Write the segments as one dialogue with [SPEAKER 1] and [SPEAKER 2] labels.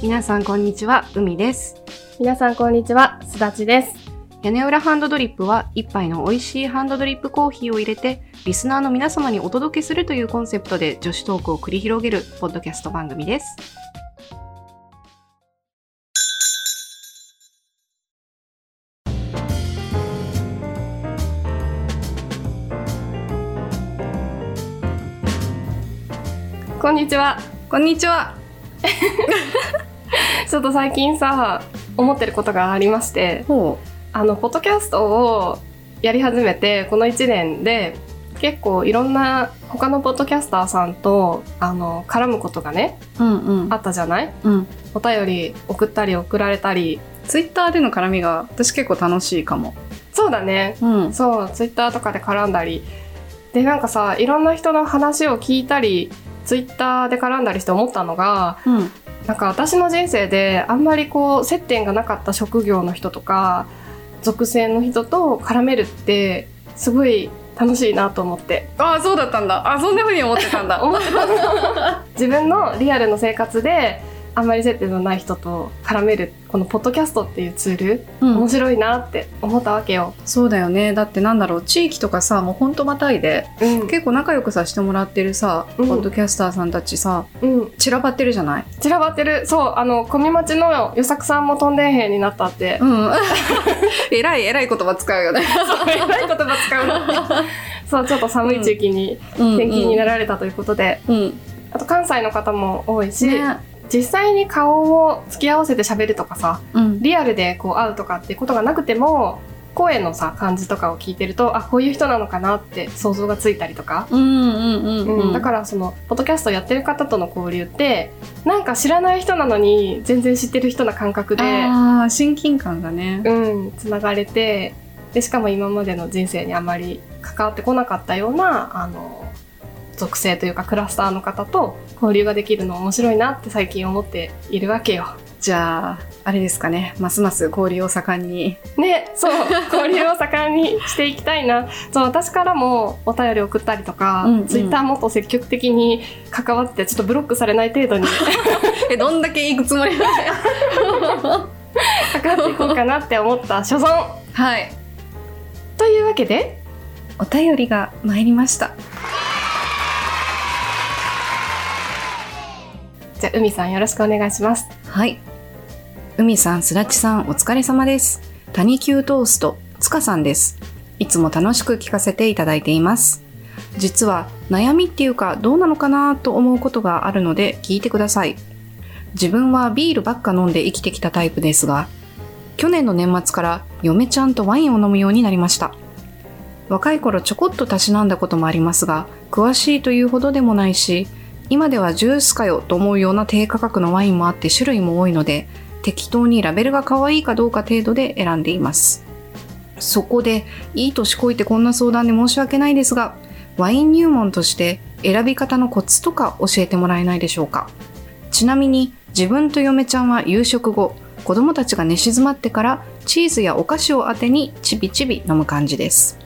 [SPEAKER 1] 皆さんこんにちは、海です。
[SPEAKER 2] 皆さんこんにちは、すだちです。
[SPEAKER 1] 屋根裏ハンドドリップは一杯の美味しいハンドドリップコーヒーを入れてリスナーの皆様にお届けするというコンセプトで女子トークを繰り広げるポッドキャスト番組です。
[SPEAKER 2] こんにちは。
[SPEAKER 1] こんにちは。
[SPEAKER 2] ちょっと最近さ、思ってることがありまして、
[SPEAKER 1] ほ
[SPEAKER 2] あの、ポッドキャストをやり始めて、この1年で、結構いろんな他のポッドキャスターさんと、あの、絡むことがね、
[SPEAKER 1] う。うんうん。
[SPEAKER 2] あったじゃない
[SPEAKER 1] うん。
[SPEAKER 2] お便り送ったり送られたり。
[SPEAKER 1] ツイッターでの絡みが私結構楽しいかも。
[SPEAKER 2] そうだね。
[SPEAKER 1] うん。
[SPEAKER 2] そう、ツイッターとかで絡んだり。で、なんかさ、いろんな人の話を聞いたり、ツイッターで絡んだりして思ったのが、
[SPEAKER 1] うん。
[SPEAKER 2] なんか私の人生であんまりこう接点がなかった職業の人とか属性の人と絡めるってすごい楽しいなと思って
[SPEAKER 1] ああ、そうだったんだ。あそんな風に思ってたん だ。
[SPEAKER 2] 自分のリアルの生活であんまり接点のない人と絡めるこのポッドキャストっていうツール、
[SPEAKER 3] うん
[SPEAKER 2] 面、白いなって思ったわけよ。
[SPEAKER 3] そうだよねだってなんだろう地域とかさもうほんとまたいで
[SPEAKER 2] うん
[SPEAKER 3] 結構仲良くさしてもらってるさ、
[SPEAKER 2] うん
[SPEAKER 3] ポッドキャスターさんたちさ
[SPEAKER 2] うん、
[SPEAKER 3] 散らばってるじゃない
[SPEAKER 2] 散らばってるそうあの小見町の与作さんもとんでん兵になったって
[SPEAKER 3] うんえらいえらい言葉使うよね、
[SPEAKER 2] そうえらい言葉使うな そうちょっと寒い地域に
[SPEAKER 3] うん
[SPEAKER 2] 転勤にな
[SPEAKER 3] る
[SPEAKER 2] られたということで、
[SPEAKER 3] うん
[SPEAKER 2] あと関西の方も多いし、
[SPEAKER 3] ね
[SPEAKER 2] 実際に顔を付き合わせて喋るとかさ
[SPEAKER 3] うん
[SPEAKER 2] リアルでこう会うとかってことがなくても声のさ感じとかを聞いてるとあこういう人なのかなって想像がついたりとか、
[SPEAKER 3] うんうんうん
[SPEAKER 2] うん
[SPEAKER 3] うん
[SPEAKER 2] だからそのポッドキャストやってる方との交流ってなんか知らない人なのに全然知ってる人な感覚で
[SPEAKER 3] ああ親近感がね
[SPEAKER 2] うんつながれてでしかも今までの人生にあまり関わってこなかったようなあの属性というかクラスターの方と交流ができるの面白いなって最近思っているわけよ。
[SPEAKER 3] じゃああれですかねますます交流を盛んに
[SPEAKER 2] ね、 そう交流を盛んにしていきたいなそう私からもお便り送ったりとか、
[SPEAKER 3] うんうん
[SPEAKER 2] ツイッターもっと積極的に関わってちょっとブロックされない程度に
[SPEAKER 3] えどんだけ行くつもりなんだよ
[SPEAKER 2] 関わっていこうかなって思った所存
[SPEAKER 3] はい
[SPEAKER 2] というわけで
[SPEAKER 3] お便りが参りました
[SPEAKER 2] じゃあ海さんよろしくお願いします。
[SPEAKER 3] はい。海さん、すらちさん、お疲れ様です。谷急トースト、つかさんです。いつも楽しく聞かせていただいています。実は悩みっていうかどうなのかなと思うことがあるので聞いてください。自分はビールばっか飲んで生きてきたタイプですが、去年の年末から嫁ちゃんとワインを飲むようになりました。若い頃ちょこっとたしなんだこともありますが、詳しいというほどでもないし、今ではジュースかよと思うような低価格のワインもあって種類も多いので適当にラベルが可愛いかどうか程度で選んでいますそこでいい年こいてこんな相談で申し訳ないですがワイン入門として選び方のコツとか教えてもらえないでしょうかちなみに自分と嫁ちゃんは夕食後子供たちが寝静まってからチーズやお菓子をあてにちびちび飲む感じです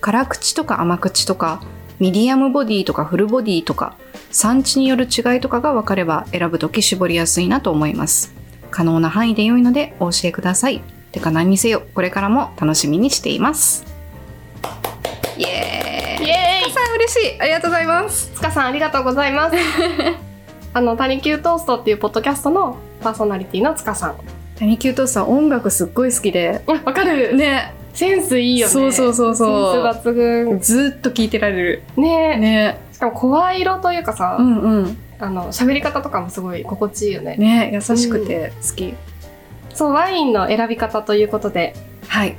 [SPEAKER 3] 辛口とか甘口とかミディアムボディとかフルボディとか産地による違いとかが分かれば選ぶとき絞りやすいなと思います可能な範囲で良いのでお教えくださいてか何にせよこれからも楽しみにしていますイエーイ
[SPEAKER 2] イエーイ
[SPEAKER 3] さん嬉しいありがとうございます
[SPEAKER 2] つかさんありがとうございます あの「谷球トースト」っていうポッドキャストのパーソナリティのつかさん
[SPEAKER 3] 谷球とさん音楽すっごい好きで
[SPEAKER 2] あわかる、
[SPEAKER 3] ね
[SPEAKER 2] センスいいよね
[SPEAKER 3] そうそうそうそう
[SPEAKER 2] センス抜群
[SPEAKER 3] ずーっと聴いてられる
[SPEAKER 2] ね
[SPEAKER 3] ね
[SPEAKER 2] しかも声色というかさ、
[SPEAKER 3] うんうん
[SPEAKER 2] あの喋り方とかもすごい心地いいよね
[SPEAKER 3] ね優しくて好き、
[SPEAKER 2] そうワインの選び方ということで
[SPEAKER 3] はい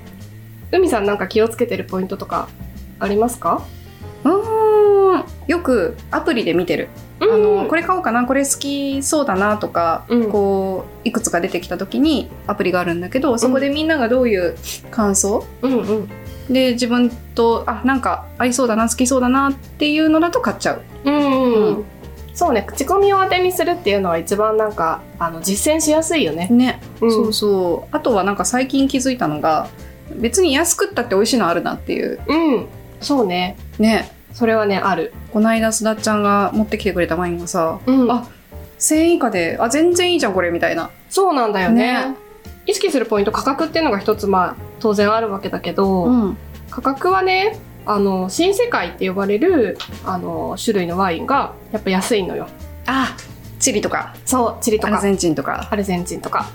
[SPEAKER 2] 海さんなんか気をつけてるポイントとかありますか
[SPEAKER 3] うーんよくアプリで見てる
[SPEAKER 2] あ
[SPEAKER 3] あの
[SPEAKER 2] の
[SPEAKER 3] こ
[SPEAKER 2] これ
[SPEAKER 3] れ買おうかなこれ好きそうだなとか、
[SPEAKER 2] うん
[SPEAKER 3] こういくつか出てきた時にアプリがあるんだけどそこでみんながどういう感想、
[SPEAKER 2] うんうん
[SPEAKER 3] で自分とあなんか合いそうだな好きそうだなっていうのだと買っちゃう
[SPEAKER 2] うんうん、
[SPEAKER 3] う
[SPEAKER 2] そうね口コミを当てにするっていうのは一番なんかあの実践しやすいよね、
[SPEAKER 3] ね、
[SPEAKER 2] うん、
[SPEAKER 3] そうそうあとはなんか最近気づいたのが別に安くったって美味しいのあるなっていう
[SPEAKER 2] うんそうね
[SPEAKER 3] ね
[SPEAKER 2] それはねある
[SPEAKER 3] こないだすだっちゃんが持ってきてくれたワインがさ
[SPEAKER 2] うん
[SPEAKER 3] あ1000円以下で、あ、全然いいじゃん、これ、みたいな。
[SPEAKER 2] そうなんだよね
[SPEAKER 3] ね
[SPEAKER 2] 意識するポイント価格っていうのが一つまあ当然あるわけだけど、
[SPEAKER 3] ん。
[SPEAKER 2] 価格はねあの新世界って呼ばれるあの種類のワインがやっぱ安いのよ
[SPEAKER 3] あ、チリとか、
[SPEAKER 2] そうチリと
[SPEAKER 3] アル
[SPEAKER 2] か
[SPEAKER 3] ゼンチンとか。
[SPEAKER 2] アルゼンチンとか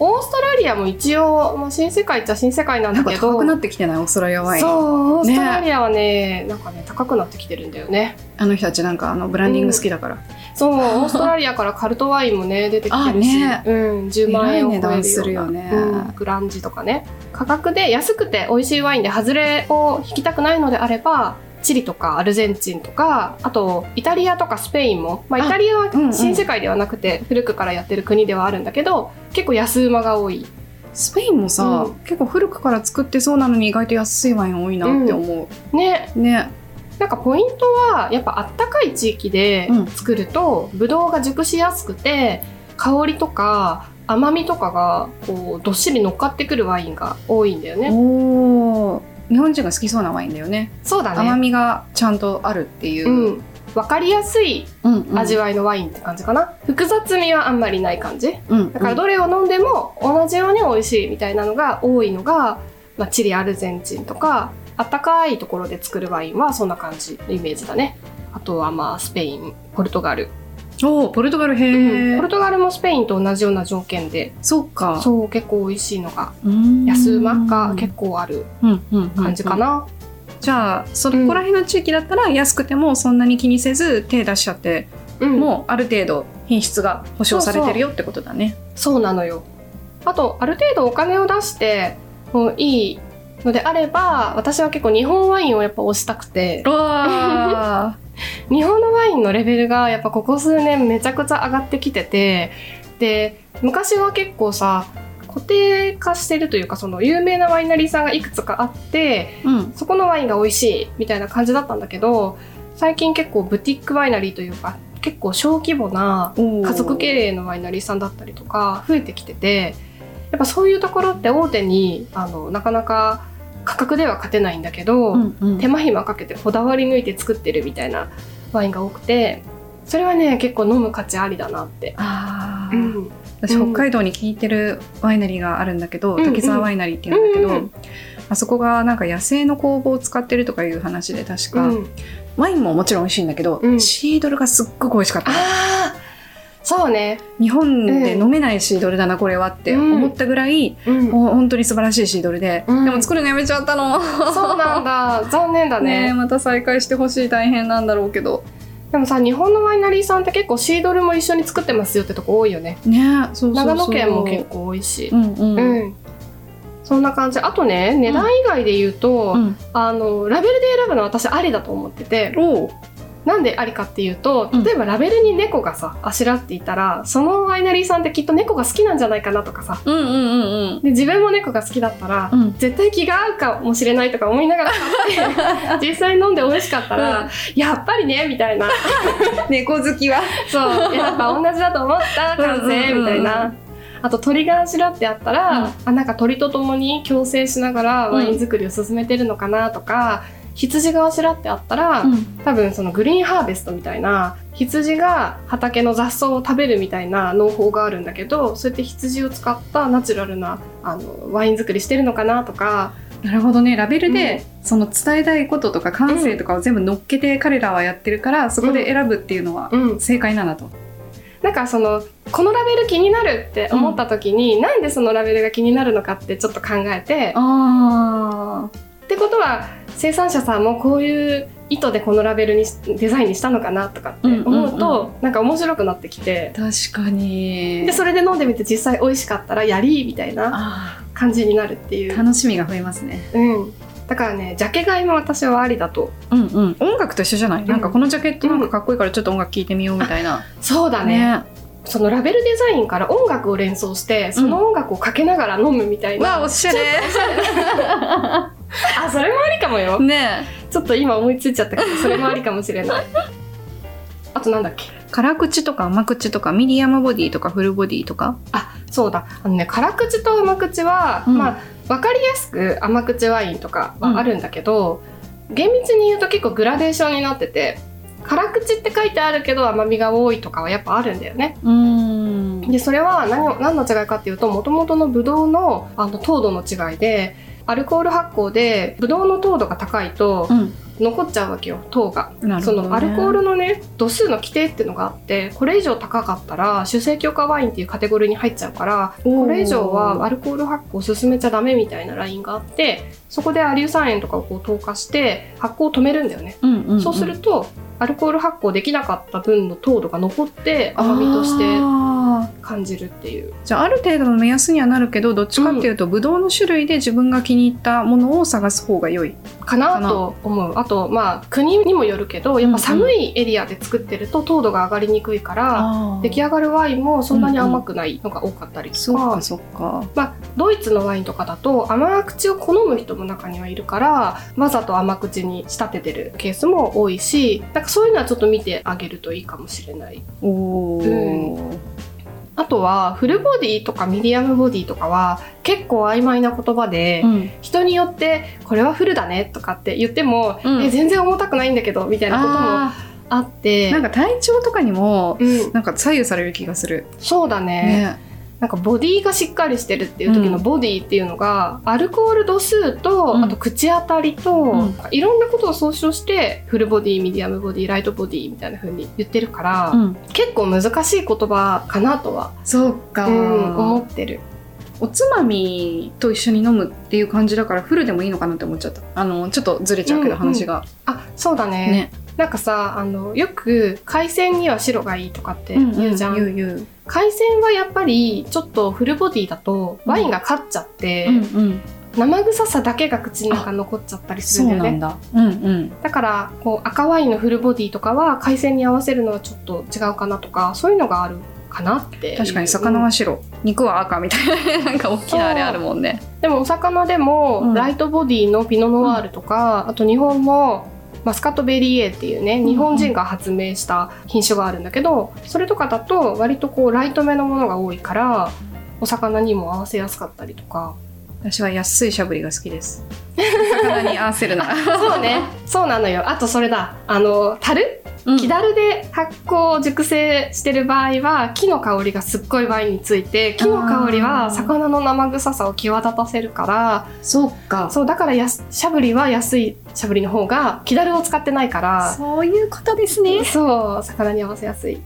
[SPEAKER 2] オーストラリアも一応、まあ、新世界っちゃ新世界なん
[SPEAKER 3] な
[SPEAKER 2] だ
[SPEAKER 3] んか
[SPEAKER 2] けど
[SPEAKER 3] 高くなってきてない、オーストラリアワイン。
[SPEAKER 2] そうオー
[SPEAKER 3] ね
[SPEAKER 2] ストラリアはねなんかね高くなってきてるんだよね
[SPEAKER 3] あの人たちなんか、あの、ブランディング好きだから。
[SPEAKER 2] そうオーストラリアからカルトワインもね出てきてるし、
[SPEAKER 3] あね
[SPEAKER 2] うん、10万円を超え
[SPEAKER 3] えらい値段す
[SPEAKER 2] る
[SPEAKER 3] る
[SPEAKER 2] よう
[SPEAKER 3] よ
[SPEAKER 2] な
[SPEAKER 3] ね
[SPEAKER 2] うんグランジとかね価格で安くて美味しいワインで外れを引きたくないのであればチリとかアルゼンチンとかあとイタリアとかスペインも、まあ、
[SPEAKER 3] あ
[SPEAKER 2] イタリア
[SPEAKER 3] うんう
[SPEAKER 2] は
[SPEAKER 3] ん
[SPEAKER 2] 新世界ではなくて古くからやってる国ではあるんだけど結構安馬が多い
[SPEAKER 3] スペインもさ、
[SPEAKER 2] うん
[SPEAKER 3] 結構古くから作ってそうなのに意外と安いワイン多いなって思う、
[SPEAKER 2] ね
[SPEAKER 3] ね
[SPEAKER 2] なんかポイントはやっぱあったかい地域で
[SPEAKER 3] うん
[SPEAKER 2] 作ると、ぶどうが熟しやすくて香りとか甘みとかがこうどっしり乗っかってくるワインが多いんだよね。
[SPEAKER 3] おお日本人が好きそうなワインだよね
[SPEAKER 2] そうだ
[SPEAKER 3] 甘
[SPEAKER 2] ね。
[SPEAKER 3] みがちゃんとあるっていうう、
[SPEAKER 2] ん。わかりやすい
[SPEAKER 3] うんうん
[SPEAKER 2] 味わいのワインって感じかな。複雑味はあんまりない感じ。
[SPEAKER 3] うん
[SPEAKER 2] だからどれを飲んでも同じように美味しいみたいなのが多いのが、まあ、チリアルゼンチンとかあったかいところで作るワインはそんな感じのイメージだね。あとはまあスペインポルトガル
[SPEAKER 3] おおポルトガルへえ、
[SPEAKER 2] ポルトガルもスペインと同じような条件で
[SPEAKER 3] そっか
[SPEAKER 2] そう結構美味しいのが
[SPEAKER 3] うーん
[SPEAKER 2] 安馬が結構ある
[SPEAKER 3] うんうんうん
[SPEAKER 2] 感じかな、
[SPEAKER 3] じゃあそこら辺の地域だったら安くてもそんなに気にせず手出しちゃって、
[SPEAKER 2] うん
[SPEAKER 3] もうある程度品質が保証されてるよってことだね
[SPEAKER 2] そうなのよあとある程度お金を出してもういいのであれば私は結構日本ワインをやっぱ推したくて
[SPEAKER 3] わあ
[SPEAKER 2] 日本のワインのレベルがやっぱここ数年めちゃくちゃ上がってきててで昔は結構さ固定化してるというかその有名なワイナリーさんがいくつかあって
[SPEAKER 3] うん
[SPEAKER 2] そこのワインが美味しいみたいな感じだったんだけど最近結構ブティックワイナリーというか結構小規模な
[SPEAKER 3] おー
[SPEAKER 2] 家族経営のワイナリーさんだったりとか増えてきててやっぱそういうところって大手にあのなかなか価格では勝てないんだけど、
[SPEAKER 3] うんうん
[SPEAKER 2] 手間暇かけてこだわり抜いて作ってるみたいなワインが多くてそれはね結構飲む価値ありだなって。
[SPEAKER 3] ああ、
[SPEAKER 2] うん
[SPEAKER 3] 私
[SPEAKER 2] うん
[SPEAKER 3] 北海道に聞いてるワイナリーがあるんだけど、
[SPEAKER 2] うんうん
[SPEAKER 3] 滝沢ワイナリーっていうんだけど、
[SPEAKER 2] うんうん
[SPEAKER 3] あそこがなんか野生の工房を使ってるとかいう話で確
[SPEAKER 2] う
[SPEAKER 3] か、
[SPEAKER 2] ん
[SPEAKER 3] ワインももちろん美味しいんだけど、
[SPEAKER 2] うん
[SPEAKER 3] シードルがすっごく美味しかった
[SPEAKER 2] ああそうね、
[SPEAKER 3] 日本で飲めないシードルだなこれはって思ったぐらい、
[SPEAKER 2] うん
[SPEAKER 3] もう本当に素晴らしいシードルで、
[SPEAKER 2] うん
[SPEAKER 3] でも作るのやめちゃったの
[SPEAKER 2] そうなんだ残念だ
[SPEAKER 3] ね
[SPEAKER 2] ね
[SPEAKER 3] えまた再開してほしい大変なんだろうけど
[SPEAKER 2] でもさ日本のワイナリーさんって結構シードルも一緒に作ってますよってとこ多いよね
[SPEAKER 3] ねえそうそうそう
[SPEAKER 2] 長野県も結構多いし
[SPEAKER 3] うんうん
[SPEAKER 2] うん、そんな感じあとね値段以外で言うと、
[SPEAKER 3] うん
[SPEAKER 2] あのラベルで選ぶのは私ありだと思ってて
[SPEAKER 3] おう
[SPEAKER 2] なんでありかっていうと
[SPEAKER 3] うん
[SPEAKER 2] 例えばラベルに猫がさあしらっていたらそのワイナリーさんってきっと猫が好きなんじゃないかなとかさ
[SPEAKER 3] うんうんうん
[SPEAKER 2] で自分も猫が好きだったら、
[SPEAKER 3] うん
[SPEAKER 2] 絶対気が合うかもしれないとか思いながら 買って実際飲んで美味しかったら、
[SPEAKER 3] うん
[SPEAKER 2] やっぱりねみたいな
[SPEAKER 3] 猫好きは
[SPEAKER 2] そう、やっぱ同じだと思った、完成
[SPEAKER 3] うんうんうん
[SPEAKER 2] みたいな。あと鳥があしらってあったら、
[SPEAKER 3] うん
[SPEAKER 2] あなんか鳥と共に共生しながらワイン作りを進めてるのかなとか、羊があしらってあったら、多分そのグリーンハーベストみたいな羊が畑の雑草を食べるみたいな農法があるんだけどそうやって羊を使ったナチュラルなあのワイン作りしてるのかなとか
[SPEAKER 3] なるほどねラベルで、その伝えたいこととか感性とかを全部乗っけて彼らはやってるから、そこで選ぶっていうのは
[SPEAKER 2] うん
[SPEAKER 3] 正解なんだと。
[SPEAKER 2] なんかそのこのラベル気になるって思った時に、なんでそのラベルが気になるのかってちょっと考えて
[SPEAKER 3] ああ
[SPEAKER 2] ってことは生産者さんもこういう意図でこのラベルにしデザインにしたのかなとかって思うと、なんか面白くなってきて
[SPEAKER 3] 確かに
[SPEAKER 2] でそれで飲んでみて実際美味しかったらやりみたいな
[SPEAKER 3] あ
[SPEAKER 2] 感じになるってい
[SPEAKER 3] ー
[SPEAKER 2] う、
[SPEAKER 3] 楽しみが増えますね。
[SPEAKER 2] うん、だからねジャケ買いも私はありだと
[SPEAKER 3] うんうん、音楽と一緒じゃない、
[SPEAKER 2] ん
[SPEAKER 3] なんかこのジャケットなんかかっこいいからちょっと音楽聴いてみようみたいな。
[SPEAKER 2] そうだねそのラベルデザインから音楽を連想してその音楽をかけながら飲むみたい
[SPEAKER 3] わあ
[SPEAKER 2] な、
[SPEAKER 3] おしゃれ
[SPEAKER 2] あそれもありかもよ
[SPEAKER 3] ね
[SPEAKER 2] ちょっと今思いついちゃったけどそれもありかもしれないあとなんだっけ
[SPEAKER 3] 辛口とか甘口とかミディアムボディとかフルボディとか。
[SPEAKER 2] あそうだあのね辛口と甘口は、
[SPEAKER 3] うん
[SPEAKER 2] まあ分かりやすく甘口ワインとかはあるんだけど、厳密に言うと結構グラデーションになってて辛口って書いてあるけど甘みが多いとかはやっぱあるんだよね。
[SPEAKER 3] うん
[SPEAKER 2] でそれは何を何の違いかっていうともともとのブドウのあの糖度の違いでアルコール発酵でブドウの糖度が高いと
[SPEAKER 3] うん
[SPEAKER 2] 残っちゃうわけよ糖が。
[SPEAKER 3] なる
[SPEAKER 2] そ
[SPEAKER 3] ほどね
[SPEAKER 2] のアルコールのね度数の規定っていうのがあってこれ以上高かったら酒精強化ワインっていうカテゴリーに入っちゃうから
[SPEAKER 3] おー
[SPEAKER 2] これ以上はアルコール発酵を進めちゃダメみたいなラインがあってそこでアリュー酸塩とかをこう透過して発酵を止めるんだよね。
[SPEAKER 3] うんうんん
[SPEAKER 2] そうするとアルコール発酵できなかった分の糖度が残って甘みとして
[SPEAKER 3] あ
[SPEAKER 2] 感じるっていう
[SPEAKER 3] ーじゃあある程度の目安にはなるけどどっちかっていうと、ブドウの種類で自分が気に入ったものを探す方が良い
[SPEAKER 2] かなと思うあとまあ国にもよるけどやっぱ寒いエリアで作ってると糖度が上がりにくいから出来
[SPEAKER 3] が
[SPEAKER 2] 上がるワインもそんなに甘くないのが多かったりと
[SPEAKER 3] そっ
[SPEAKER 2] か
[SPEAKER 3] かそっか
[SPEAKER 2] まあ、ドイツのワインとかだと甘口を好む人も中にはいるからわざと甘口に仕立ててるケースも多いしなんかそういうのはちょっと見てあげるといいかもしれない
[SPEAKER 3] おお、
[SPEAKER 2] あとはフルボディとかミディアムボディとかは結構曖昧な言葉で、
[SPEAKER 3] うん
[SPEAKER 2] 人によってこれはフルだねとかって言っても、
[SPEAKER 3] うん
[SPEAKER 2] え全然重たくないんだけどみたいなことも
[SPEAKER 3] あ
[SPEAKER 2] あって
[SPEAKER 3] ーなんか体調とかにも
[SPEAKER 2] うん、
[SPEAKER 3] なんか左右される気がする、
[SPEAKER 2] そうだね
[SPEAKER 3] ね
[SPEAKER 2] なんかボディがしっかりしてるっていう時の
[SPEAKER 3] うん
[SPEAKER 2] ボディっていうのが、アルコール度数と、
[SPEAKER 3] うん
[SPEAKER 2] あと口当たりと、
[SPEAKER 3] ん
[SPEAKER 2] いろんなことを総称してフルボディミディアムボディライトボディみたいな風に言ってるから、
[SPEAKER 3] うん、
[SPEAKER 2] 結構難しい言葉かなとは、
[SPEAKER 3] そうか、
[SPEAKER 2] うん思ってる。
[SPEAKER 3] おつまみと一緒に飲むっていう感じだからフルでもいいのかなって思っちゃったあのちょっとずれちゃうけど
[SPEAKER 2] うんうん
[SPEAKER 3] 話が、
[SPEAKER 2] あそうだね
[SPEAKER 3] ね
[SPEAKER 2] なんかさあのよく海鮮には白がいいとかって言うじゃん、
[SPEAKER 3] 言う言う
[SPEAKER 2] 海鮮はやっぱりちょっとフルボディだとワインが勝っちゃって、
[SPEAKER 3] うんうん
[SPEAKER 2] 生臭さだけが口の中に残っちゃったりす
[SPEAKER 3] そ
[SPEAKER 2] る
[SPEAKER 3] うん
[SPEAKER 2] だ
[SPEAKER 3] な
[SPEAKER 2] よね
[SPEAKER 3] んだうんうん
[SPEAKER 2] だからこう赤ワインのフルボディとかは海鮮に合わせるのはちょっと違うかなとかそういうのがあるかなって
[SPEAKER 3] 確かに魚は白、肉は赤みたいな なんか大きなあれあるもんね
[SPEAKER 2] うんでもお魚で
[SPEAKER 3] う
[SPEAKER 2] も
[SPEAKER 3] ん
[SPEAKER 2] ライトボディのピノノワールとか、あと日本もマスカットベリー A っていうね日本人が発明した品種があるんだけどそれとかだと割とこうライトめのものが多いからお魚にも合わせやすかったり とか
[SPEAKER 3] 私は安いしゃぶりが好きです魚に合わせるな
[SPEAKER 2] そうねそうなのよあとそれだあの樽木だるで発酵熟成してる場合は木の香りがすっごいワインについて木の香り
[SPEAKER 3] あ
[SPEAKER 2] は
[SPEAKER 3] ー
[SPEAKER 2] 魚の生臭さを際立たせるから
[SPEAKER 3] そうか
[SPEAKER 2] そうだからやすしゃぶりは安いしゃぶりの方が木だるを使ってないから
[SPEAKER 3] そういうことですね
[SPEAKER 2] そう魚に合わせやすい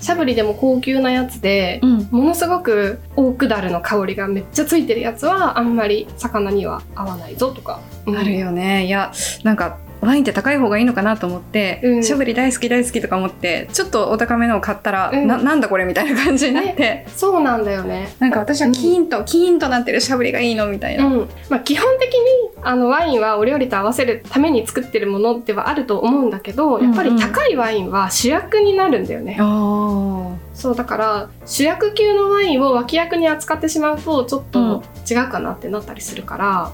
[SPEAKER 2] しゃぶりでも高級なやつで
[SPEAKER 3] う、ん
[SPEAKER 2] ものすごくオークダルの香りがめっちゃついてるやつはあんまり魚には合わないぞとか
[SPEAKER 3] ある
[SPEAKER 2] よ
[SPEAKER 3] よねいやなんかワインって高い方がいいのかなと思って、
[SPEAKER 2] うん
[SPEAKER 3] しゃぶり大好き大好きとか思ってちょっとお高めのを買ったら、
[SPEAKER 2] うん
[SPEAKER 3] ななんだこれみたいな感じになって、
[SPEAKER 2] そうなんだよね
[SPEAKER 3] なんか私はキーンと、キーンとなってるしゃぶりがいいのみたいな、
[SPEAKER 2] うんまあ、基本的にあのワインはお料理と合わせるために作ってるものではあると思うんだけど
[SPEAKER 3] んうん
[SPEAKER 2] やっぱり高いワインは主役になるんだよね、
[SPEAKER 3] あ
[SPEAKER 2] そうだから主役級のワインを脇役に扱ってしまうとちょっと違うかなってなったりするから、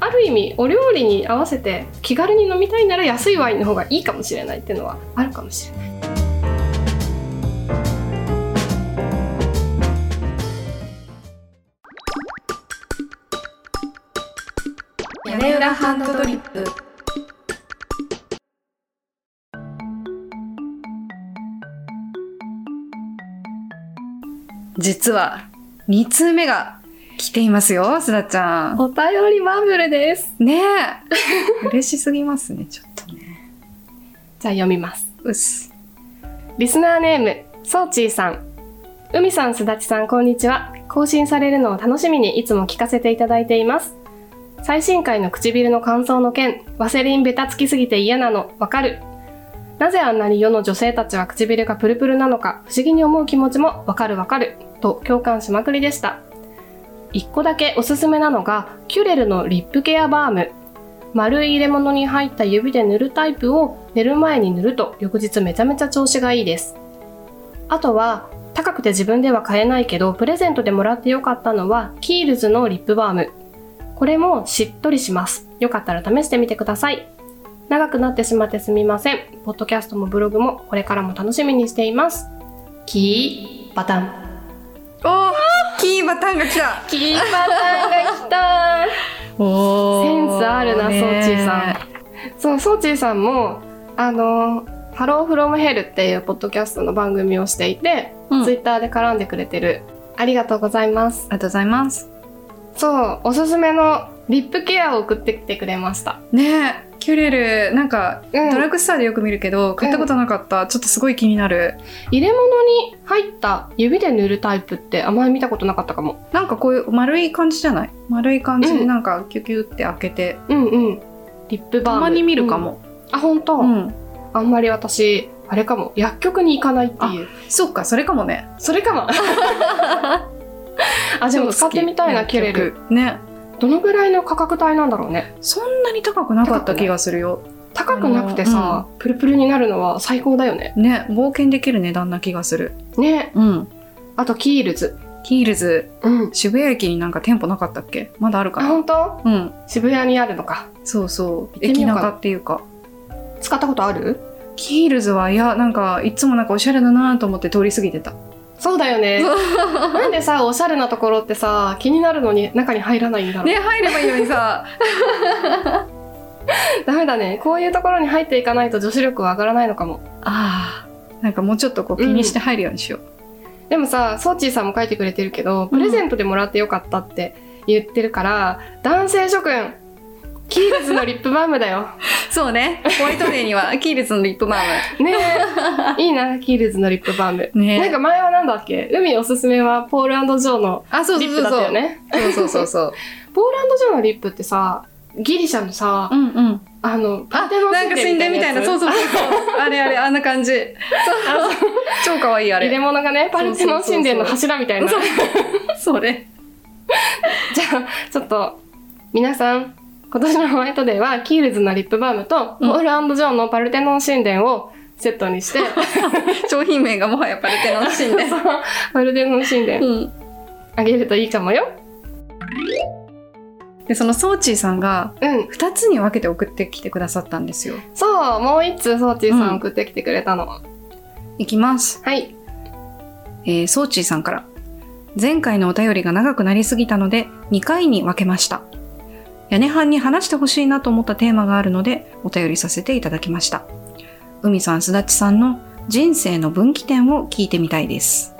[SPEAKER 2] ある意味お料理に合わせて気軽に飲みたいなら安いワインの方がいいかもしれないっていうのはあるかもしれない。
[SPEAKER 3] 屋根裏ハンドドリップ実は2通目が来ていますよすだちゃん
[SPEAKER 2] お便りマーブルです
[SPEAKER 3] ねえ 嬉しすぎますねちょっとね
[SPEAKER 2] じゃあ読みます
[SPEAKER 3] うっす
[SPEAKER 2] リスナーネーム、ソーチーさん。海さん、すだちさん、こんにちは。更新されるのを楽しみにいつも聞かせていただいています。最新回の唇の乾燥の件、ワセリンベタつきすぎて嫌なの、わかる。なぜあんなに世の女性たちは唇がプルプルなのか、不思議に思う気持ちもわかるわかる、と共感しまくりでした。一個だけおすすめなのが、キュレルのリップケアバーム。丸い入れ物に入った指で塗るタイプを寝る前に塗ると翌日めちゃめちゃ調子がいいですあとは高くて自分では買えないけどプレゼントでもらってよかったのはキールズのリップバームこれもしっとりしますよかったら試してみてください長くなってしまってすみませんポッドキャストもブログもこれからも楽しみにしていますキーパタン
[SPEAKER 3] おーキーバタンが来た
[SPEAKER 2] キーパタンが来た
[SPEAKER 3] お
[SPEAKER 2] センスあるな、ソーチーさ
[SPEAKER 3] ん
[SPEAKER 2] ん。そう、ソーチーさんも、あのーハローフロムヘルっていうポッドキャストの番組をしていて、
[SPEAKER 3] うん
[SPEAKER 2] ツイッターで絡んでくれてる。ありがとうございます。
[SPEAKER 3] がとうございます。
[SPEAKER 2] そう、おすすめのリップケアを送ってきてくれました。
[SPEAKER 3] ねえ、キュレル、なんか、
[SPEAKER 2] うん
[SPEAKER 3] ドラッグストアでよく見るけど、買ったことなかった。ちょっとすごい気になる。
[SPEAKER 2] 入れ物に入った指で塗るタイプってあまり見たことなかったかも。
[SPEAKER 3] なんかこういう丸い感じじゃない丸い感じ
[SPEAKER 2] う
[SPEAKER 3] で
[SPEAKER 2] ん
[SPEAKER 3] なんかキュキュって開けて、
[SPEAKER 2] うんうん。リップバ
[SPEAKER 3] た
[SPEAKER 2] ーム。
[SPEAKER 3] まに見るかも。
[SPEAKER 2] うん。あ、本当、
[SPEAKER 3] うん。
[SPEAKER 2] あんまり私、あれかも。薬局に行かないっていう。
[SPEAKER 3] そっか、それかもね。
[SPEAKER 2] それ かも。あ、でも使ってみたいな、
[SPEAKER 3] キ
[SPEAKER 2] キ
[SPEAKER 3] ュ
[SPEAKER 2] ュ
[SPEAKER 3] レ
[SPEAKER 2] レル。
[SPEAKER 3] ル。ね。
[SPEAKER 2] どのぐらいの価格帯なんだろうね。
[SPEAKER 3] そんなに高くなかった気がするよ。
[SPEAKER 2] 高くなくてさ、プルプルになるのは最高だよね。
[SPEAKER 3] ね、冒険できる値段な気がする。
[SPEAKER 2] ね。
[SPEAKER 3] うん。
[SPEAKER 2] あと、キールズ。
[SPEAKER 3] キールズ、
[SPEAKER 2] うん。
[SPEAKER 3] 渋谷駅になんか店舗なかったっけまだある
[SPEAKER 2] あ、
[SPEAKER 3] か
[SPEAKER 2] 本当？
[SPEAKER 3] なうん。
[SPEAKER 2] 渋谷にあるのか。
[SPEAKER 3] そうそう。
[SPEAKER 2] て
[SPEAKER 3] 駅
[SPEAKER 2] みようか
[SPEAKER 3] 中っていうか。
[SPEAKER 2] 使ったことある
[SPEAKER 3] キールズは、いや、なんか、いつもなんかおしゃれだなと思って通り過ぎてた。
[SPEAKER 2] そうだよ ね。なんでさ、おしゃれなところってさ、気になるのに中に入らないんだろう。
[SPEAKER 3] ね、入ればいいのにさ。
[SPEAKER 2] ダメだね。こういうところに入っていかないと女子力は上がらないのかも。
[SPEAKER 3] ああ。なんかもうちょっとこう気にして入るようにしよう。
[SPEAKER 2] でもさ、ソーチーさんも書いてくれてるけど、プレゼントでもらってよかったって言ってるから、男性諸君、キールズのリップバームだよ。
[SPEAKER 3] そうね。ホワイトデーにはキールズのリップバー
[SPEAKER 2] ね え。いいな、キールズのリップバーム。
[SPEAKER 3] ム。ね
[SPEAKER 2] なんか前はなんだっけ海おすすめはポールジョーの
[SPEAKER 3] あ、そう
[SPEAKER 2] リ
[SPEAKER 3] そう
[SPEAKER 2] ッ
[SPEAKER 3] そ
[SPEAKER 2] プ
[SPEAKER 3] う
[SPEAKER 2] だっ
[SPEAKER 3] そ
[SPEAKER 2] たよ
[SPEAKER 3] う。
[SPEAKER 2] ね。
[SPEAKER 3] そうそうそうそう。
[SPEAKER 2] ポールジョーのリップってさ、ギリシャのさ、
[SPEAKER 3] うんうん。
[SPEAKER 2] あの、
[SPEAKER 3] あ、なんか神殿みたいな、そう
[SPEAKER 2] う。
[SPEAKER 3] そうそうそう。あれあれ、あんな感じ。そう超可愛いあ
[SPEAKER 2] 入れ
[SPEAKER 3] れ。
[SPEAKER 2] 物がね、パルテノン神殿の柱みたいな。
[SPEAKER 3] そ
[SPEAKER 2] じ
[SPEAKER 3] う
[SPEAKER 2] ゃ
[SPEAKER 3] それ。
[SPEAKER 2] あ、ちょっと、皆さん、今年のホワイトデーは、キールズのリップバームと、
[SPEAKER 3] うん
[SPEAKER 2] ポールジョーのパルテノン神殿をセットにして、
[SPEAKER 3] 商品名がもはやパルテノン神殿。
[SPEAKER 2] パルテノン神殿
[SPEAKER 3] うん
[SPEAKER 2] あげるといいかもよ。
[SPEAKER 3] で、そのソーチーさんが、
[SPEAKER 2] うん。
[SPEAKER 3] 二つに分けて送ってきてくださったんですよ。
[SPEAKER 2] そう、もう一通、ソーチーさ
[SPEAKER 3] うん
[SPEAKER 2] ん送ってきてくれたの。
[SPEAKER 3] いきます。
[SPEAKER 2] はい。
[SPEAKER 3] えー、ソーチーさんから。前回のお便りが長くなりすぎたので、2回に分けました。屋根班に話してほしいなと思ったテーマがあるので、お便りさせていただきました。海さん、すだちさんの人生の分岐点を聞いてみたいです。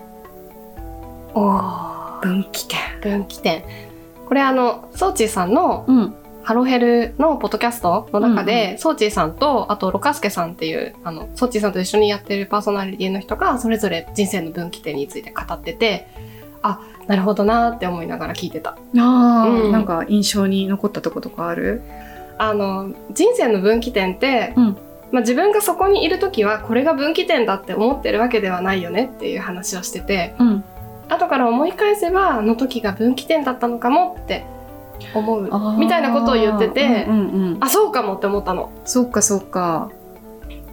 [SPEAKER 2] おー、
[SPEAKER 3] 分岐点。
[SPEAKER 2] 分岐点。これあの、ソーチーさんの
[SPEAKER 3] うん。
[SPEAKER 2] ハロヘルのポッドキャストの中で、ソーチーさんと、あと、ロカスケさんっていう、あの、ソーチーさんと一緒にやってるパーソナリティの人が、それぞれ人生の分岐点について語ってて、あ、なるほどなーって思いながら聞いてた。
[SPEAKER 3] あー
[SPEAKER 2] うん
[SPEAKER 3] なんか印象に残ったとことかある
[SPEAKER 2] あの、人生の分岐点って、
[SPEAKER 3] うん
[SPEAKER 2] まあ、自分がそこにいる時は、これが分岐点だって思ってるわけではないよねっていう話をしてて、
[SPEAKER 3] うん。
[SPEAKER 2] 後から思い返せば、あの時が分岐点だったのかもって思う、みたいなことを言ってて、
[SPEAKER 3] うんうんうん。
[SPEAKER 2] あ、そうかもって思ったの。
[SPEAKER 3] そっかそっか。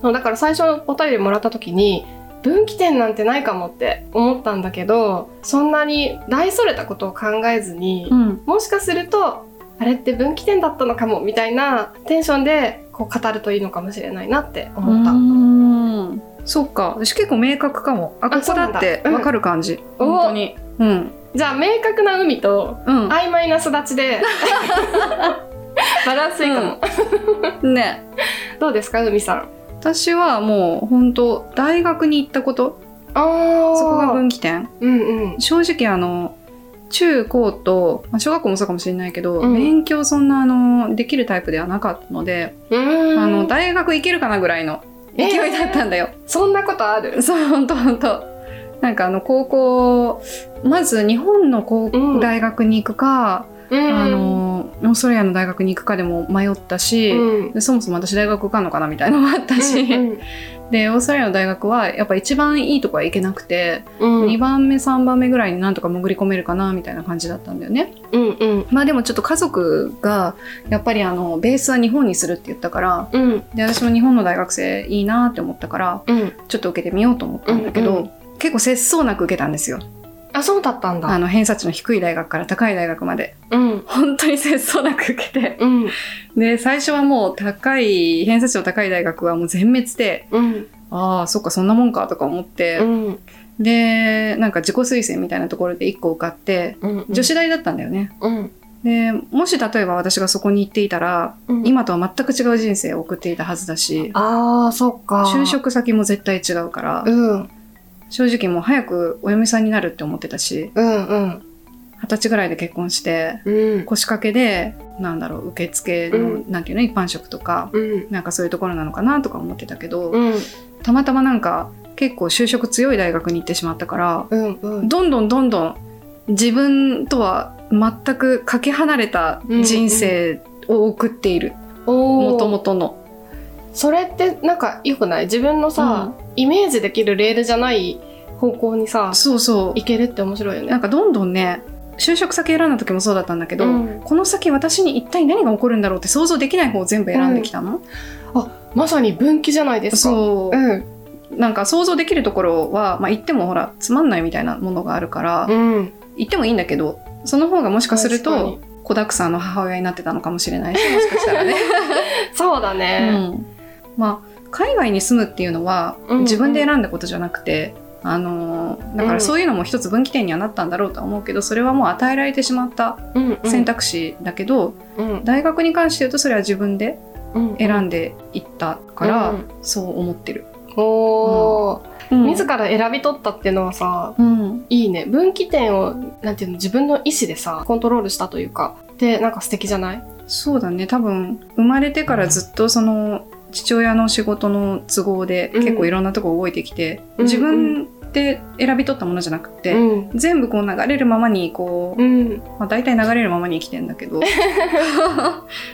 [SPEAKER 2] そうだから最初お便りもらった時に分岐点なんてないかもって思ったんだけどそんなに大それたことを考えずに、
[SPEAKER 3] ん。
[SPEAKER 2] もしかするとあれって分岐点だったのかもみたいなテンションでこう語るといいのかもしれないなって思った。
[SPEAKER 3] うん。そっか。私結構明確かも。あ、こ
[SPEAKER 2] あ
[SPEAKER 3] こ
[SPEAKER 2] そう
[SPEAKER 3] だ
[SPEAKER 2] なんだ
[SPEAKER 3] って分かる感じ。
[SPEAKER 2] うん
[SPEAKER 3] 本当に。うん。
[SPEAKER 2] じゃあ明確な海と
[SPEAKER 3] うん。
[SPEAKER 2] 曖昧な育ちでバランスいいかも、
[SPEAKER 3] ね。
[SPEAKER 2] どうですか海さん
[SPEAKER 3] 私はもう本当大学に行ったこと。
[SPEAKER 2] あ
[SPEAKER 3] そ
[SPEAKER 2] そ
[SPEAKER 3] こ
[SPEAKER 2] こ
[SPEAKER 3] が
[SPEAKER 2] が分
[SPEAKER 3] 分岐点。
[SPEAKER 2] うんうん
[SPEAKER 3] 正直あの、中高と、まあ、小学校もそうかもしれないけど、
[SPEAKER 2] うん
[SPEAKER 3] 勉強そんなあの、できるタイプではなかったので、
[SPEAKER 2] うーん
[SPEAKER 3] あの、大学行けるかなぐらいの勢いだったんだよ。
[SPEAKER 2] そんなことある
[SPEAKER 3] そう、ほんとほんと。なんかあの、高校、まず日本の高
[SPEAKER 2] うん
[SPEAKER 3] 大学に行くか、あの、オーストラリアの大学に行くかでも迷ったし、
[SPEAKER 2] うん
[SPEAKER 3] でそもそも私大学受かんのかなみたいなのもあったし、
[SPEAKER 2] うん
[SPEAKER 3] で、オーストラリアの大学はやっぱ一番いいとこは行けなくて、
[SPEAKER 2] うん
[SPEAKER 3] 2番目、3番目ぐらいになんとか潜り込めるかなみたいな感じだったんだよね。
[SPEAKER 2] うんうん
[SPEAKER 3] まあでもちょっと家族が、やっぱりあの、ベースは日本にするって言ったから、
[SPEAKER 2] うん
[SPEAKER 3] で、私も日本の大学生いいなって思ったから、
[SPEAKER 2] うん
[SPEAKER 3] ちょっと受けてみようと思ったんだけど、
[SPEAKER 2] うんう
[SPEAKER 3] 結構節操なく受けたんですよ。
[SPEAKER 2] あそうだったん
[SPEAKER 3] あ
[SPEAKER 2] だ
[SPEAKER 3] の偏差値の低い大学から高い大学まで。
[SPEAKER 2] うん
[SPEAKER 3] 本当に節操なく受けて。
[SPEAKER 2] うん
[SPEAKER 3] で、最初はもう高い、偏差値の高い大学はもう全滅で、
[SPEAKER 2] うん
[SPEAKER 3] ああ、そっか、そんなもんかとか思って、
[SPEAKER 2] うん
[SPEAKER 3] で、なんか自己推薦みたいなところで1個受かって、
[SPEAKER 2] うん
[SPEAKER 3] 女子大だったんだよね。
[SPEAKER 2] うん
[SPEAKER 3] で、もし例えば私がそこに行っていたら、
[SPEAKER 2] うん
[SPEAKER 3] 今とは全く違う人生を送っていたはずだし、
[SPEAKER 2] ああ、そっか。
[SPEAKER 3] 就。職先も絶対違うから、
[SPEAKER 2] うん、
[SPEAKER 3] 正直もう早くお嫁さんになるって思ってたし、
[SPEAKER 2] うん、うん。
[SPEAKER 3] 二十歳ぐらいで結婚して、
[SPEAKER 2] うん。
[SPEAKER 3] 腰掛けで、なんだろう、受付の、
[SPEAKER 2] う
[SPEAKER 3] なんていうの、一般職とか、
[SPEAKER 2] うん。
[SPEAKER 3] なんかそういうところなのかなとか思ってたけど、
[SPEAKER 2] うん、
[SPEAKER 3] たまたまなんか結構就職強い大学に行ってしまったから、
[SPEAKER 2] うん、うん。
[SPEAKER 3] どんどんどんどん自分とは全くかけ離れた人生を送っている、
[SPEAKER 2] お
[SPEAKER 3] もと
[SPEAKER 2] ー
[SPEAKER 3] もとの。
[SPEAKER 2] それってなんか良くない自分のさ、イメージできるレールじゃない方向にさ、
[SPEAKER 3] そうそ
[SPEAKER 2] いけるって面白いよ
[SPEAKER 3] う。
[SPEAKER 2] ね。
[SPEAKER 3] なんかどんどんね、就職先選んだ時もそうだったんだけど、
[SPEAKER 2] うん
[SPEAKER 3] この先私に一体何が起こるんだろうって想像できない方を全部選んできたの、
[SPEAKER 2] まさに分岐じゃないですか。
[SPEAKER 3] そうう、
[SPEAKER 2] ん。
[SPEAKER 3] なんか想像できるところは、まあ、行ってもほらつまんないみたいなものがあるから、
[SPEAKER 2] うん。
[SPEAKER 3] 行ってもいいんだけどその方がもしかする
[SPEAKER 2] 確か
[SPEAKER 3] と
[SPEAKER 2] に
[SPEAKER 3] 子だくさんの母親になってたのかもしれない しもしかしたらね、
[SPEAKER 2] そうだ
[SPEAKER 3] う
[SPEAKER 2] ね。
[SPEAKER 3] ん、まあ海外に住むっていうのは
[SPEAKER 2] うんうん
[SPEAKER 3] 自分で選んだことじゃなくて、あのーだからそういうのも一つ分岐点にはなったんだろうとは思うけどそれはもう与えられてしまった
[SPEAKER 2] うん。うん
[SPEAKER 3] 選。択肢だけど、
[SPEAKER 2] うん。
[SPEAKER 3] 大学に関して言うとそれは自分で
[SPEAKER 2] うん。
[SPEAKER 3] 選
[SPEAKER 2] だ
[SPEAKER 3] んでいったから、
[SPEAKER 2] うん
[SPEAKER 3] そう思ってる。
[SPEAKER 2] おー。
[SPEAKER 3] うん
[SPEAKER 2] 自ら選び取ったっていうのはさ、
[SPEAKER 3] うん
[SPEAKER 2] いいね。分岐点を、なんていうの、自分の意思でさ、コントロールしたというか、で、なんか素敵じゃない
[SPEAKER 3] そうだね多分生まれてからずっとその父親の仕事の都合で
[SPEAKER 2] うん
[SPEAKER 3] 結構いろんなとこ動いてきて、
[SPEAKER 2] うん
[SPEAKER 3] 自分で選び取ったものじゃなくて、
[SPEAKER 2] ん。
[SPEAKER 3] 全部こう流れるままにこう、
[SPEAKER 2] うん。
[SPEAKER 3] まあ、大体流れるままに生きてんだけ ど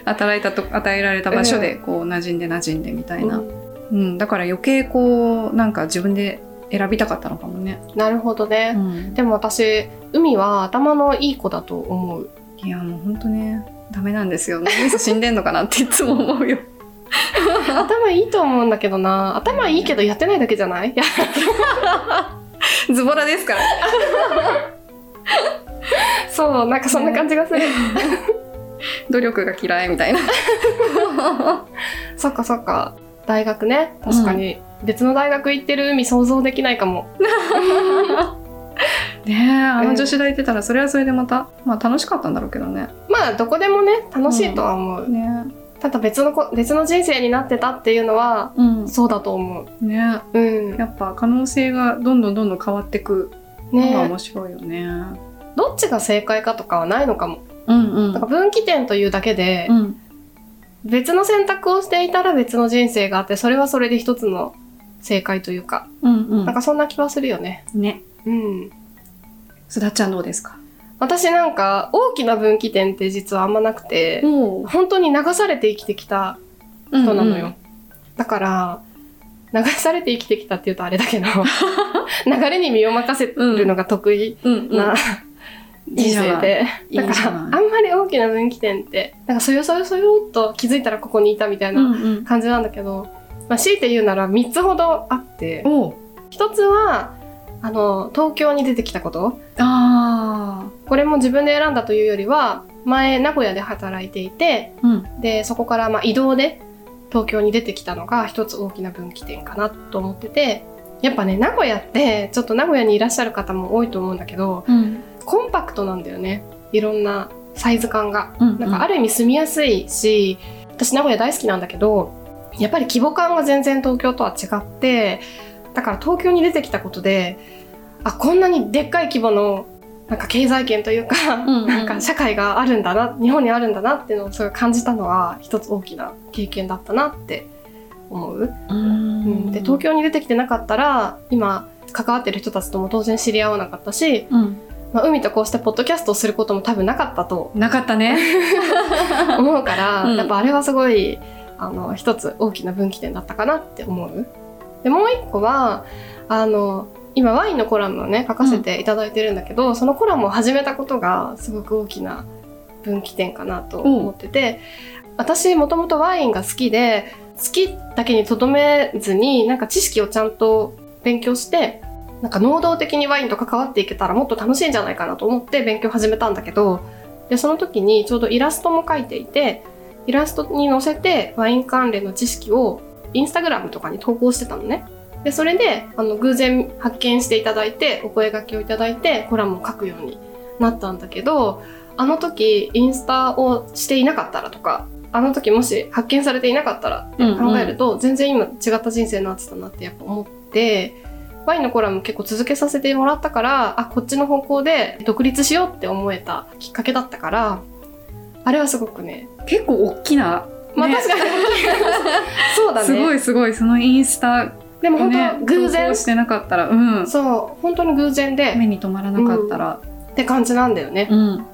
[SPEAKER 3] 与えたと与えられた場所でこう馴染んで馴染んでみたいな、うんだから余計こうなんか自分で選びたかったのかもね、
[SPEAKER 2] なるほどね。でも私、海は頭のいい子だと思 う。
[SPEAKER 3] いやもうほんとねダメなんですよねみそ死んでんのかなっていつも思うよ
[SPEAKER 2] 頭いいと思うんだけどな。頭いいけどやってないだけじゃないい や、
[SPEAKER 3] ズボラですから
[SPEAKER 2] そう、なんかそんな感じがする。
[SPEAKER 3] 努力が嫌いみたいな。
[SPEAKER 2] そっかそっか。大学ね。確かに。別の大学行ってる海想像できないかも。
[SPEAKER 3] ねえ、あの女子大行ってたら、それはそれでまた、まあ楽しかったんだろうけどね。
[SPEAKER 2] まあ、どこでもね、楽しいとは思う。
[SPEAKER 3] ね
[SPEAKER 2] ただ別のこ、別の人生になってたっていうのは、
[SPEAKER 3] え。うん。
[SPEAKER 2] そうだと思う。
[SPEAKER 3] ね
[SPEAKER 2] うん
[SPEAKER 3] え。。やっぱ可能性がどんどんどんどん変わってくのが
[SPEAKER 2] ね
[SPEAKER 3] 面白いよね。
[SPEAKER 2] どっちが正解かとかはないのかも。
[SPEAKER 3] うんう
[SPEAKER 2] なんか分岐点というだけで、
[SPEAKER 3] ん。
[SPEAKER 2] 別の選択をしていたら別の人生があって、それはそれで一つの正解というか、
[SPEAKER 3] うんう
[SPEAKER 2] なんかそんな気はするよね。
[SPEAKER 3] ん。ね。
[SPEAKER 2] うん。
[SPEAKER 3] すだちゃんどうですか
[SPEAKER 2] 私なんか、大きな分岐点って実はあんまなくて、
[SPEAKER 3] おお。
[SPEAKER 2] 本当に流されて生きてきた人なのよ。だから、流されて生きてきたっていうとあれ だけど、流れに身を任せるのが得意
[SPEAKER 3] うんうん。うんうん。
[SPEAKER 2] な、人生で。
[SPEAKER 3] いいじゃ
[SPEAKER 2] だ
[SPEAKER 3] ない
[SPEAKER 2] から、あんまり大きな分岐点って、なんかそよそよそよっと気づいたらここにいたみたいうなん
[SPEAKER 3] うん。
[SPEAKER 2] 感じなんだけど、まあ、強いて言うなら3つほどあって、
[SPEAKER 3] おお。
[SPEAKER 2] 1つは、あの、東京に出てきたこと。
[SPEAKER 3] あ
[SPEAKER 2] これも自分で選んだというよりは、前、名古屋で働いていて、
[SPEAKER 3] あ。うん。
[SPEAKER 2] で、そこからまあ移動で東京に出てきたのが一つ大きな分岐点かなと思ってて、やっぱね、名古屋って、ちょっと名古屋にいらっしゃる方も多いと思うんだけど、
[SPEAKER 3] うん。
[SPEAKER 2] コンパクトなんだよね。いろんなサイズ感が。
[SPEAKER 3] うん。
[SPEAKER 2] なんかあ
[SPEAKER 3] る。
[SPEAKER 2] る意味住みやすいし、私名古屋大好きなんだけど、やっぱり規模感が全然東京とは違って、だから東京に出てきたことで、あ、こんなにでっかい規模の、なんか経済圏というか、
[SPEAKER 3] んうん
[SPEAKER 2] なんか社会があるんだな、日本にあるんだなっていうのをすごい感じたのは、一つ大きな経験だったなって思う。
[SPEAKER 3] う
[SPEAKER 2] うん
[SPEAKER 3] ん。
[SPEAKER 2] で、東京に出てきてなかったら、今、関わってる人たちとも当然知り合わなかったし、
[SPEAKER 3] うん。
[SPEAKER 2] まあ、海とこうしてポッドキャストをすることも多分なかったと
[SPEAKER 3] なかったね。
[SPEAKER 2] 思うから、
[SPEAKER 3] うん
[SPEAKER 2] やっぱあれはすごいあの一つ大きな分岐点だったかなって思う。でもう一個はあの今ワインのコラムをね書かせていただいてるんだけど、そのコラムを始めたことがすごく大きな分岐点かなと思ってて、私もともとワインが好きで好きだけにとどめずになんか知識をちゃんと勉強してなんか能動的にワインと関わっていけたらもっと楽しいんじゃないかなと思って勉強を始めたんだけどでその時にちょうどイラストも描いていてイラストに載せてワイン関連の知識をインスタグラムとかに投稿してたのね。でそれであの偶然発見していただいてお声掛けをいただいてコラムを書くようになったんだけどあの時インスタをしていなかったらとかあの時もし発見されていなかったら 考えると、全然今違った人生になってたなってやっぱ思ってワインのコラム結構続けさせてもらったからあこっちの方向で独立しようって思えたきっかけだったからあれはすごくね
[SPEAKER 3] 結構大きな、
[SPEAKER 2] まあ
[SPEAKER 3] ね
[SPEAKER 2] 確 かにそうだね
[SPEAKER 3] すごいすごいそのインスタ
[SPEAKER 2] でも
[SPEAKER 3] を
[SPEAKER 2] 本当、
[SPEAKER 3] ね
[SPEAKER 2] 偶
[SPEAKER 3] 投
[SPEAKER 2] 然
[SPEAKER 3] 稿してなかったらうん
[SPEAKER 2] そう本当に偶然で
[SPEAKER 3] 目に留まらなかったら
[SPEAKER 2] って感じなんだよね
[SPEAKER 3] うん、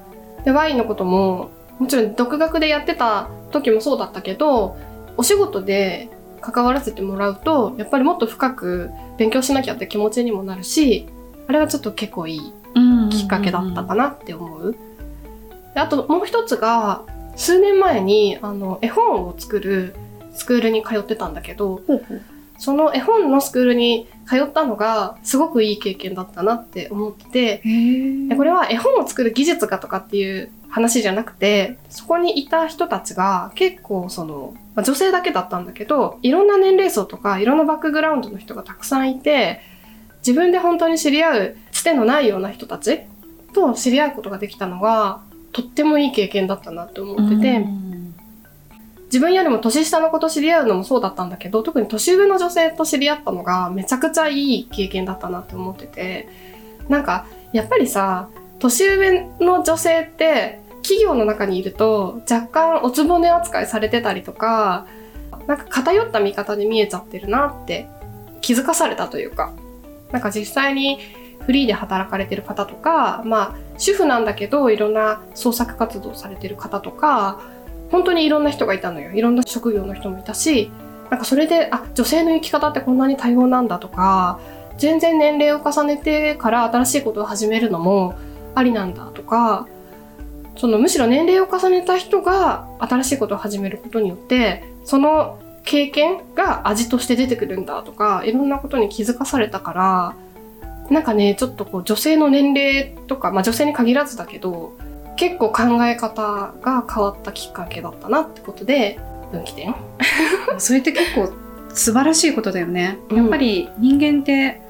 [SPEAKER 2] でワインのことももちろん独学でやってた時もそうだったけどお仕事で関わらせてもらうとやっぱりもっと深く勉強しなきゃって気持ちにもなるしあれはちょっと結構いい
[SPEAKER 3] うん
[SPEAKER 2] きっかけだったかなって思う。であともう一つが数年前にあの絵本を作るスクールに通ってたんだけど
[SPEAKER 3] ほうほう
[SPEAKER 2] その絵本のスクールに通ったのがすごくいい経験だったなって思って
[SPEAKER 3] へー
[SPEAKER 2] でこれは絵本を作る技術がとかっていう話じゃなくてそこにいた人たちが結構その、まあ女性だけだったんだけどいろんな年齢層とかいろんなバックグラウンドの人がたくさんいて自分で本当に知り合うつてのないような人たちと知り合うことができたのがとってもいい経験だったなって思ってて、
[SPEAKER 3] うん
[SPEAKER 2] 自分よりも年下の子と知り合うのもそうだったんだけど特に年上の女性と知り合ったのがめちゃくちゃいい経験だったなって思っててなんかやっぱりさ年上の女性って企業の中にいると若干おつぼね扱いされてたりとかなんか偏った見方で見えちゃってるなって気づかされたというかなんか実際にフリーで働かれてる方とかまあ主婦なんだけどいろんな創作活動されてる方とか本当にいろんな人がいたのよいろんな職業の人もいたしなんかそれであ女性の生き方ってこんなに多様なんだとか全然年齢を重ねてから新しいことを始めるのもありなんだとかそのむしろ年齢を重ねた人が新しいことを始めることによってその経験が味として出てくるんだとかいろんなことに気づかされたからなんかねちょっとこう女性の年齢とか、まあ、女性に限らずだけど結構考え方が変わったきっかけだったなってことで分岐点
[SPEAKER 3] それって結構素晴らしいことだよね、やっぱり人間って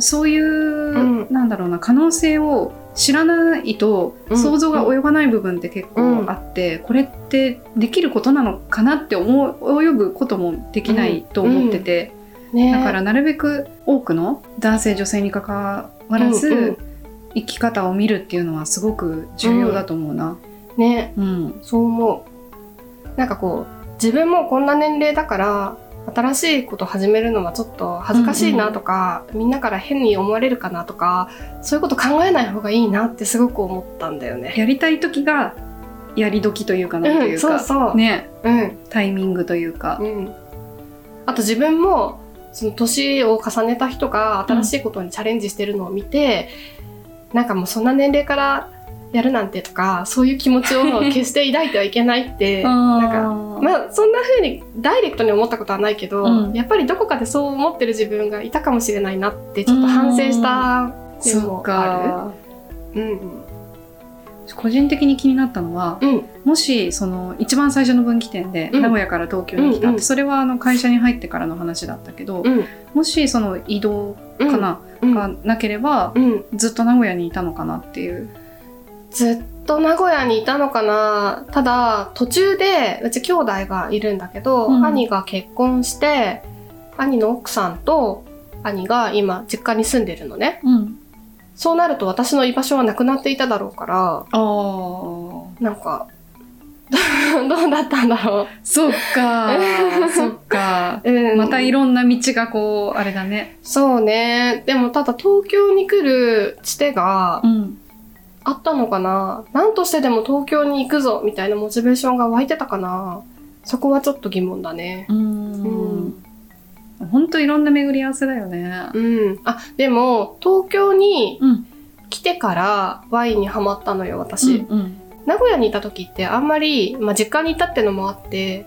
[SPEAKER 3] そういう、
[SPEAKER 2] ん
[SPEAKER 3] なんだろうな可能性を知らないと
[SPEAKER 2] うん
[SPEAKER 3] 想像が及ばない部分って結構あって、これってできることなのかなって思う及ぶこともできないと思ってて、
[SPEAKER 2] ね
[SPEAKER 3] だからなるべく多くの男性女性に関わらず、
[SPEAKER 2] うんうん
[SPEAKER 3] 生き方を見るっていうのはすごく重要だと思うな。
[SPEAKER 2] ね
[SPEAKER 3] うん
[SPEAKER 2] そう思うなんかこう自分もこんな年齢だから新しいこと始めるのはちょっと恥ずかしいなとか、みんなから変に思われるかなとかそういうこと考えない方がいいなってすごく思ったんだよね。
[SPEAKER 3] やりたい時がやり時というかなんというか、
[SPEAKER 2] ん、そうそう、
[SPEAKER 3] ね
[SPEAKER 2] うん、
[SPEAKER 3] タイミングというか、
[SPEAKER 2] うん、あと自分もその年を重ねた人が新しいことにチャレンジしてるのを見て、なんかもうそんな年齢からやるなんてとかそういう気持ちを決して抱いてはいけない ってなんか
[SPEAKER 3] か
[SPEAKER 2] まあそんな風にダイレクトに思ったことはないけど、
[SPEAKER 3] うん
[SPEAKER 2] やっぱりどこかでそう思ってる自分がいたかもしれないなってちょっと反省したっていうの
[SPEAKER 3] そ
[SPEAKER 2] も
[SPEAKER 3] う
[SPEAKER 2] あ
[SPEAKER 3] か
[SPEAKER 2] る。うん
[SPEAKER 3] 個人的に気になったのは
[SPEAKER 2] うん
[SPEAKER 3] もしその一番最初の分岐点で
[SPEAKER 2] うん
[SPEAKER 3] 名古屋から東京に来たって、
[SPEAKER 2] うんうん
[SPEAKER 3] それはあの会社に入ってからの話だったけど、
[SPEAKER 2] うん
[SPEAKER 3] もしその移動
[SPEAKER 2] うん
[SPEAKER 3] かな、
[SPEAKER 2] うん
[SPEAKER 3] がなければ
[SPEAKER 2] うん
[SPEAKER 3] ずっと名古屋にいたのかなっていう。
[SPEAKER 2] ずっと名古屋にいたのかなただ途中でうち兄弟がいるんだけど、
[SPEAKER 3] うん
[SPEAKER 2] 兄が結婚して兄の奥さんと兄が今実家に住んでるのね
[SPEAKER 3] うん、
[SPEAKER 2] そうなると私の居場所はなくなっていただろうから
[SPEAKER 3] あー
[SPEAKER 2] なんか どうだったんだろ
[SPEAKER 3] そっか そっか
[SPEAKER 2] う、うん、
[SPEAKER 3] またいろんな道がこうあれだね。
[SPEAKER 2] そうねでもただ東京に来るつてが
[SPEAKER 3] うん
[SPEAKER 2] あったのかな何としてでも東京に行くぞみたいなモチベーションが湧いてたかなそこはちょっと疑問だね
[SPEAKER 3] うーん本当いろんな巡り合わせだよね。
[SPEAKER 2] うん、あでも東京に
[SPEAKER 3] うん
[SPEAKER 2] 来てからワインにハマったのよ私、
[SPEAKER 3] うん
[SPEAKER 2] 名古屋にいた時ってあんまり、まあ、実家にいたってのもあって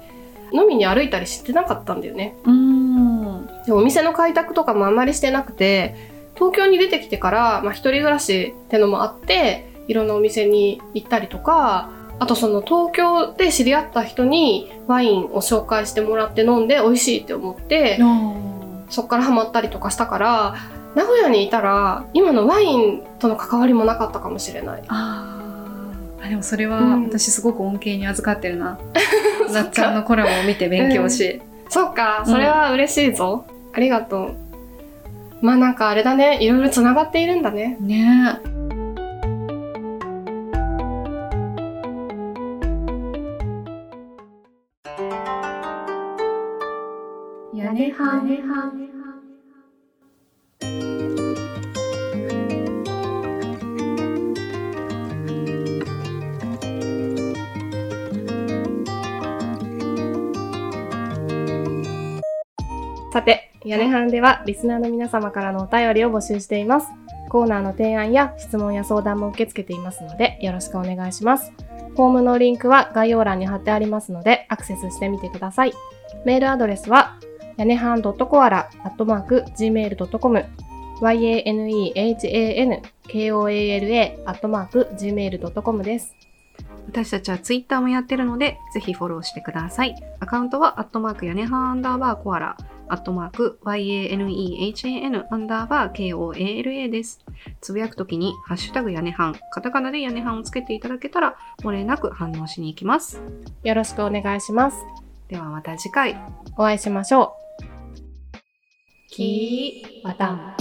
[SPEAKER 2] 飲みに歩いたりしてなかったんだよね
[SPEAKER 3] うん、うーん
[SPEAKER 2] でお店の開拓とかもあんまりしてなくて東京に出てきてから、まあ、一人暮らしってのもあっていろんなお店に行ったりとかあとその東京で知り合った人にワインを紹介してもらって飲んで美味しいって思ってそっからハマったりとかしたから名古屋にいたら今のワインとの関わりもなかったかもしれない
[SPEAKER 3] あ
[SPEAKER 4] あでもそれは
[SPEAKER 2] うん
[SPEAKER 4] 私すごく恩恵に預かってる な。なっちゃんのコラムを見て勉強し。
[SPEAKER 2] そうか、それは嬉しいぞ。ありがとう。まあなんかあれだね、いろいろつながっているんだね。
[SPEAKER 4] ねえ。屋根はねはね
[SPEAKER 2] さて、屋根班ではリスナーの皆様からのお便りを募集しています。コーナーの提案や質問や相談も受け付けていますので、よろしくお願いします。フォームのリンクは概要欄に貼ってありますので、アクセスしてみてください。メールアドレスは、やねはん .koala.gmail.com yanehankoala.gmail.com です。
[SPEAKER 3] 私たちはツイッターもやってるので、ぜひフォローしてください。アカウントは、アットマーク屋根ハンアンダーバーコアラ、アットマーク YANEHAN アンダーバー KOALA です。つぶやくときに、ハッシュタグ屋根ハン、カタカナで屋根ハンをつけていただけたら、漏れなく反応しに行きます。
[SPEAKER 2] よろしくお願いします。
[SPEAKER 3] ではまた次回。
[SPEAKER 2] お会いしましょう。
[SPEAKER 3] キー
[SPEAKER 2] また。